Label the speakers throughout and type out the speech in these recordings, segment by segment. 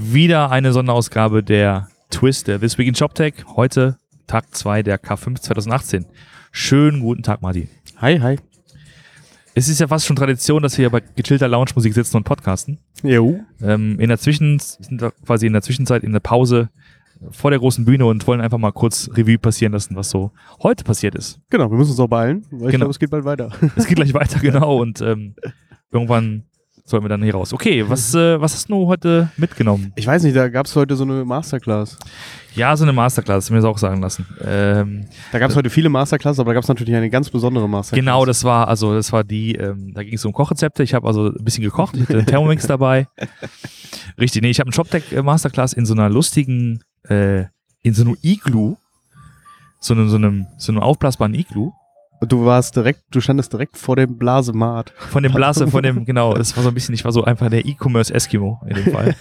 Speaker 1: wieder eine Sonderausgabe der Twist, der This Week in ShopTech. Heute Tag 2 der K5 2018. Schönen guten Tag, Martin.
Speaker 2: Hi, hi.
Speaker 1: Es ist ja fast schon Tradition, dass wir hier bei gechillter Lounge-Musik sitzen und podcasten.
Speaker 2: Jo.
Speaker 1: Ähm, in der Zwischen sind wir quasi in der Zwischenzeit in der Pause vor der großen Bühne und wollen einfach mal kurz Revue passieren lassen, was so heute passiert ist.
Speaker 2: Genau, wir müssen uns auch beeilen, weil ich
Speaker 1: Genau.
Speaker 2: glaube, es geht bald weiter.
Speaker 1: Es geht gleich weiter, genau. Und ähm, irgendwann sollen wir dann hier raus. Okay, was, äh, was hast du heute mitgenommen?
Speaker 2: Ich weiß nicht, da gab es heute so eine Masterclass.
Speaker 1: Ja, so eine Masterclass, mir das auch sagen lassen. Ähm,
Speaker 2: Da gab es heute viele Masterclass, aber da gab es natürlich eine ganz besondere Masterclass.
Speaker 1: genau, das war also, das war die, ähm, da ging es um Kochrezepte. Ich habe also ein bisschen gekocht, ich hatte einen Thermomix dabei. Richtig, nee, ich habe einen ShopTech äh, Masterclass in so einer lustigen, äh, in so einem Iglu, so einem, so einem, so einem aufblasbaren Iglu.
Speaker 2: Und Du warst direkt, du standest direkt vor dem Blasemat.
Speaker 1: Von dem Blase, von dem, genau, das war so ein bisschen, ich war so einfach der E-Commerce Eskimo in dem Fall.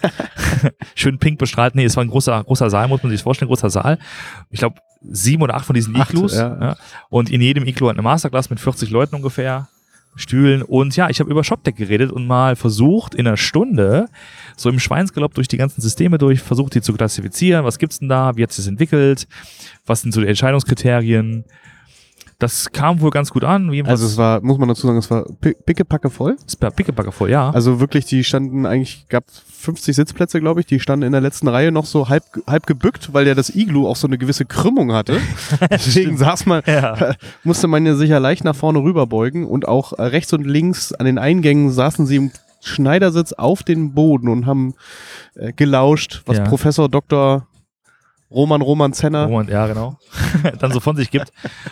Speaker 1: Schön pink bestrahlt. Nee, es war ein großer, großer Saal, muss man sich vorstellen, großer Saal. Ich glaube, sieben oder acht von diesen
Speaker 2: Acht,
Speaker 1: Iglus.
Speaker 2: ja.
Speaker 1: Ja. Und in jedem Iglu hat eine Masterclass mit 40 Leuten ungefähr, Stühlen. Und ja, ich habe über ShopTech geredet und mal versucht, in einer Stunde so im Schweinsgalopp durch die ganzen Systeme durch, versucht, die zu klassifizieren. Was gibt's denn da? Wie hat sich das entwickelt? Was sind so die Entscheidungskriterien? Das kam wohl ganz gut an.
Speaker 2: Also es war, muss man dazu sagen, es war pi- pickepacke voll.
Speaker 1: Pickepacke voll, ja.
Speaker 2: Also wirklich, die standen eigentlich, gab 50 Sitzplätze, glaube ich, die standen in der letzten Reihe noch so halb, halb gebückt, weil ja das Iglu auch so eine gewisse Krümmung hatte. Deswegen saß man,
Speaker 1: Ja.
Speaker 2: musste man ja sicher leicht nach vorne rüberbeugen und auch äh, rechts und links an den Eingängen saßen sie im Schneidersitz auf den Boden und haben äh, gelauscht, was
Speaker 1: Ja.
Speaker 2: Professor Dr. Roman Roman Zenner
Speaker 1: Moment, ja, genau. Dann so von sich gibt.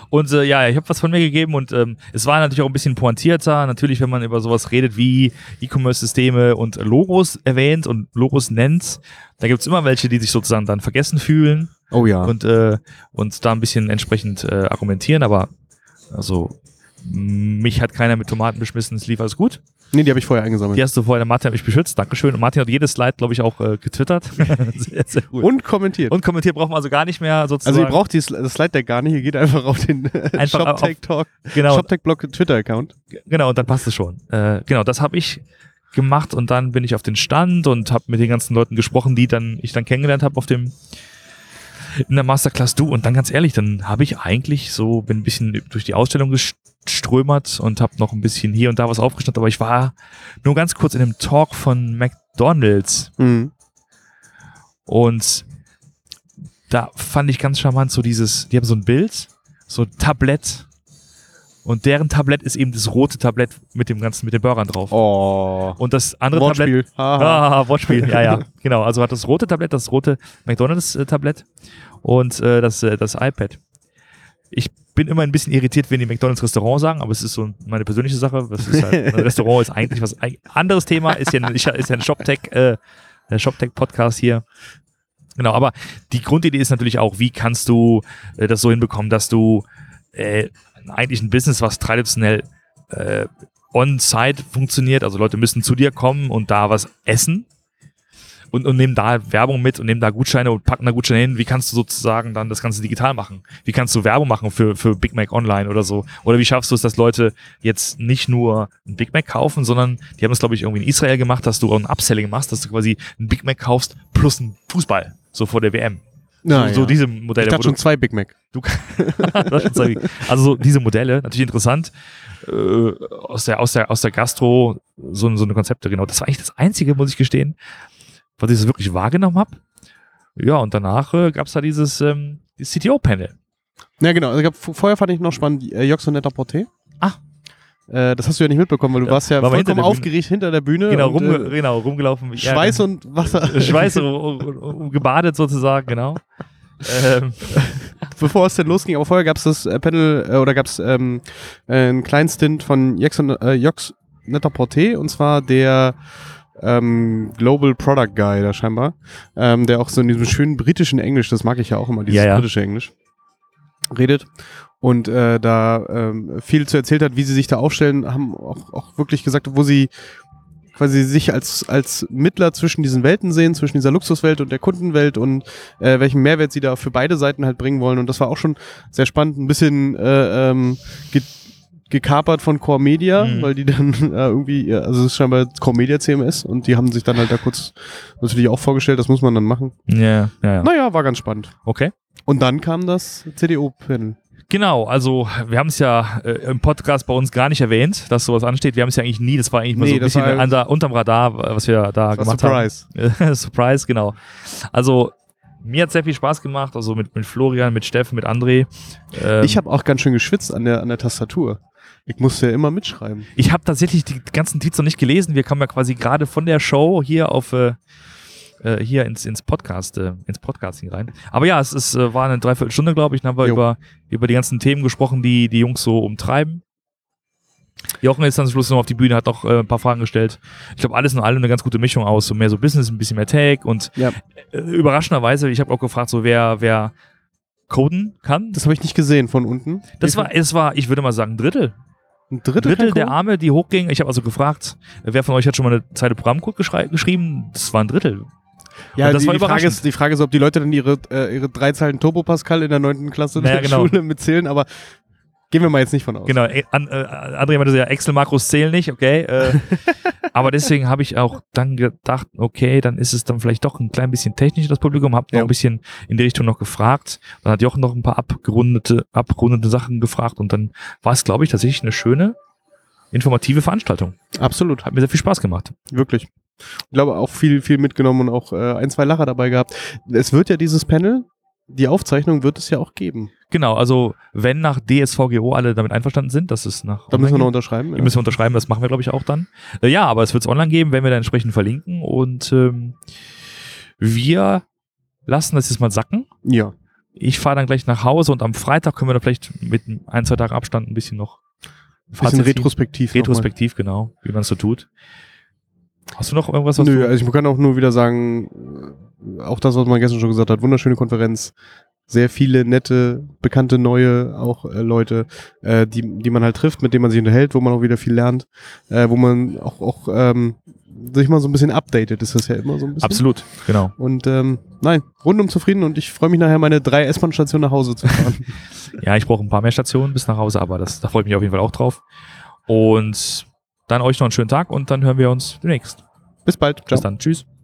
Speaker 1: Und äh, ja, ich habe was von mir gegeben und ähm, es war natürlich auch ein bisschen pointierter. Natürlich, wenn man über sowas redet wie E-Commerce-Systeme und Logos erwähnt und Logos nennt, da gibt's immer welche, die sich sozusagen dann vergessen fühlen
Speaker 2: Oh ja.
Speaker 1: und, äh, und da ein bisschen entsprechend äh, argumentieren. Aber also m- mich hat keiner mit Tomaten beschmissen, es lief alles gut.
Speaker 2: nee, die habe ich vorher eingesammelt.
Speaker 1: Die hast du vorher, der Martin hat mich beschützt, Dankeschön. Und Martin hat jedes Slide, glaube ich, auch äh, getwittert. sehr, sehr gut.
Speaker 2: Und kommentiert.
Speaker 1: und kommentiert braucht man also gar nicht mehr sozusagen.
Speaker 2: also ihr braucht die Sli- das Slide-Deck gar nicht, ihr geht einfach auf den
Speaker 1: Einfach auf-
Speaker 2: ShopTech-Talk,
Speaker 1: genau,
Speaker 2: ShopTech-Blog Twitter-Account.
Speaker 1: genau, und dann passt es schon. Äh, genau, das habe ich gemacht und dann bin ich auf den Stand und habe mit den ganzen Leuten gesprochen, die dann ich dann kennengelernt habe auf dem in der Masterclass du und dann ganz ehrlich, dann habe ich eigentlich so bin ein bisschen durch die Ausstellung geströmert und habe noch ein bisschen hier und da was aufgeschnappt, aber ich war nur ganz kurz in dem Talk von McDonald's
Speaker 2: Mhm.
Speaker 1: und da fand ich ganz charmant so dieses, die haben so ein Bild, so ein Tablett. Und deren Tablett ist eben das rote Tablett mit dem ganzen, mit den Burgern drauf.
Speaker 2: Oh.
Speaker 1: Und das andere Tablett.
Speaker 2: Wortspiel. Haha.
Speaker 1: Ah, Wortspiel, ja, ja. Genau. Also hat das rote Tablett, das rote McDonalds-Tablett und äh, das, äh, das iPad. Ich bin immer ein bisschen irritiert, wenn die McDonalds Restaurant sagen, aber es ist so meine persönliche Sache. Das ist halt, ein Restaurant ist eigentlich was eig- anderes Thema, ist ja ein, ist ja ein ShopTech, äh, der ShopTech-Podcast hier. Genau, aber die Grundidee ist natürlich auch, wie kannst du äh, das so hinbekommen, dass du äh, eigentlich ein Business, was traditionell äh, on-site funktioniert, also Leute müssen zu dir kommen und da was essen und, und nehmen da Werbung mit und nehmen da Gutscheine und packen da Gutscheine hin. Wie kannst du sozusagen dann das Ganze digital machen? Wie kannst du Werbung machen für, für Big Mac Online oder so? Oder wie schaffst du es, dass Leute jetzt nicht nur ein Big Mac kaufen, sondern die haben es, glaube ich, irgendwie in Israel gemacht, dass du auch ein Upselling machst, dass du quasi ein Big Mac kaufst plus ein Fußball, so vor der WM.
Speaker 2: Na
Speaker 1: so, so
Speaker 2: ja.
Speaker 1: diese Modelle.
Speaker 2: ich
Speaker 1: wo
Speaker 2: dachte
Speaker 1: du-
Speaker 2: schon zwei Big Mac.
Speaker 1: Du Das schon zeig ich. also so diese Modelle, natürlich interessant, äh, aus, der, aus, der, aus der Gastro, so, so eine Konzepte, genau. Das war eigentlich das Einzige, muss ich gestehen, was ich so wirklich wahrgenommen habe. Ja, und danach äh, gab es da dieses ähm, dieses CTO-Panel.
Speaker 2: Ja, genau. Also, ich hab, v- vorher fand ich noch spannend, äh, Jox und Netter Porté.
Speaker 1: Ah.
Speaker 2: Äh, das hast du ja nicht mitbekommen, weil du
Speaker 1: Ja,
Speaker 2: warst ja
Speaker 1: war mal hinter
Speaker 2: vollkommen
Speaker 1: der Bühne.
Speaker 2: aufgeregt hinter der Bühne.
Speaker 1: Genau,
Speaker 2: und,
Speaker 1: rumge
Speaker 2: äh,
Speaker 1: genau rumgelaufen. Ja,
Speaker 2: Schweiß und Wasser.
Speaker 1: Schweiß um, um, um, gebadet sozusagen, genau. ähm,
Speaker 2: Bevor es denn losging, aber vorher gab es das äh, Panel äh, oder gab es ähm, äh, einen kleinen Stint von Jox, und- äh, Jox Netter Porté und zwar der ähm, Global Product Guy da scheinbar, ähm, der auch so in diesem schönen britischen Englisch, das mag ich ja auch immer, dieses
Speaker 1: Ja, ja.
Speaker 2: britische Englisch, redet. und äh, da ähm, viel zu erzählt hat, wie sie sich da aufstellen, haben auch, auch wirklich gesagt, wo sie quasi sich als, als Mittler zwischen diesen Welten sehen, zwischen dieser Luxuswelt und der Kundenwelt und äh, welchen Mehrwert sie da für beide Seiten halt bringen wollen. Und das war auch schon sehr spannend, ein bisschen äh, ähm, ge gekapert von Core Media,
Speaker 1: Mhm.
Speaker 2: weil die dann äh, irgendwie, ihr- also es ist scheinbar Core Media CMS und die haben sich dann halt da kurz natürlich auch vorgestellt, das muss man dann machen.
Speaker 1: Ja, ja, ja.
Speaker 2: Naja, war ganz spannend.
Speaker 1: Okay.
Speaker 2: Und dann kam das CDU-Panel.
Speaker 1: Genau, also wir haben es ja äh, im Podcast bei uns gar nicht erwähnt, dass sowas ansteht. Wir haben es ja eigentlich nie, das war eigentlich mal
Speaker 2: Nee,
Speaker 1: so ein
Speaker 2: das
Speaker 1: bisschen
Speaker 2: war-
Speaker 1: under, unterm Radar, was wir da
Speaker 2: Das war
Speaker 1: gemacht
Speaker 2: Surprise.
Speaker 1: haben. Surprise, genau. Also mir hat sehr viel Spaß gemacht, also mit, mit Florian, mit Steffen, mit André. Ähm,
Speaker 2: Ich habe auch ganz schön geschwitzt an der, an der Tastatur. Ich musste ja immer mitschreiben.
Speaker 1: Ich habe tatsächlich die ganzen Tweets noch nicht gelesen. Wir kamen ja quasi gerade von der Show hier auf äh, äh, hier ins, ins Podcast, äh, ins Podcasting rein. Aber ja, es ist, äh, war eine Dreiviertelstunde, glaube ich. Dann haben wir
Speaker 2: Jo.
Speaker 1: über, über die ganzen Themen gesprochen, die die Jungs so umtreiben. Jochen ist dann zum Schluss noch auf die Bühne, hat auch äh, ein paar Fragen gestellt. Ich glaube, alles in allem eine ganz gute Mischung aus. So mehr so Business, ein bisschen mehr Tech und
Speaker 2: Ja.
Speaker 1: äh, überraschenderweise, ich habe auch gefragt, so wer, wer coden kann. Das,
Speaker 2: Das habe ich nicht gesehen von unten.
Speaker 1: war, es war, ich würde mal sagen, ein Drittel.
Speaker 2: ein Drittel,
Speaker 1: Drittel, der
Speaker 2: kein
Speaker 1: Arme, die hochgingen. Ich habe also gefragt, wer von euch hat schon mal eine Zeile Programmcode geschrei- geschrieben? Das war ein Drittel.
Speaker 2: Code? Ja,
Speaker 1: Und das
Speaker 2: die,
Speaker 1: war
Speaker 2: die, Frage
Speaker 1: überraschend.
Speaker 2: ist, die Frage ist, ob die Leute dann ihre, äh, ihre drei Zeilen Turbo Pascal in der 9. Klasse
Speaker 1: Naja,
Speaker 2: der
Speaker 1: genau.
Speaker 2: Schule mitzählen, aber gehen wir mal jetzt nicht von aus.
Speaker 1: Genau. äh, An, äh, André meinte so, ja, Excel-Makros zählen nicht, okay. Äh, aber deswegen habe ich auch dann gedacht, okay, dann ist es dann vielleicht doch ein klein bisschen technisch, das Publikum. Habe noch
Speaker 2: Ja.
Speaker 1: ein bisschen in die Richtung noch gefragt. Dann hat Jochen noch ein paar abgerundete, abrundete Sachen gefragt. Und dann war es, glaube ich, tatsächlich eine schöne, informative Veranstaltung.
Speaker 2: Absolut,
Speaker 1: Hat mir sehr viel Spaß gemacht.
Speaker 2: wirklich. Ich glaube auch viel, viel mitgenommen und auch äh, ein, zwei Lacher dabei gehabt. Es wird ja dieses Panel, die Aufzeichnung wird es ja auch geben.
Speaker 1: Genau, also wenn nach DSVGO alle damit einverstanden sind, dass es nach
Speaker 2: Da müssen wir
Speaker 1: online
Speaker 2: noch
Speaker 1: geht.
Speaker 2: unterschreiben.
Speaker 1: Die müssen Oh wir unterschreiben, das machen wir, glaube ich, auch dann. Äh, ja, aber es wird es online geben, werden wir dann entsprechend verlinken. Und ähm, wir lassen das jetzt mal sacken.
Speaker 2: Ja.
Speaker 1: Ich fahre dann gleich nach Hause und am Freitag können wir dann vielleicht mit ein, zwei Tagen Abstand ein bisschen noch
Speaker 2: Bisschen
Speaker 1: Fazit ziehen.
Speaker 2: retrospektiv. nochmal.
Speaker 1: retrospektiv, genau, wie man es so tut. Hast du noch irgendwas, was
Speaker 2: Nö,
Speaker 1: du...
Speaker 2: also ich kann auch nur wieder sagen, äh, auch das, was man gestern schon gesagt hat, wunderschöne Konferenz, sehr viele nette, bekannte, neue auch äh, Leute, äh, die, die man halt trifft, mit denen man sich unterhält, wo man auch wieder viel lernt, äh, wo man auch, auch ähm, sich mal so ein bisschen updatet, ist das ja immer so ein bisschen.
Speaker 1: Absolut, genau.
Speaker 2: Und ähm, nein, rundum zufrieden und ich freue mich nachher, meine drei S-Bahn-Stationen nach Hause zu fahren.
Speaker 1: Ja, ich brauche ein paar mehr Stationen bis nach Hause, aber das, da freue ich mich auf jeden Fall auch drauf. Und dann euch noch einen schönen Tag und dann hören wir uns demnächst.
Speaker 2: Bis bald. Ciao.
Speaker 1: Bis dann, tschüss.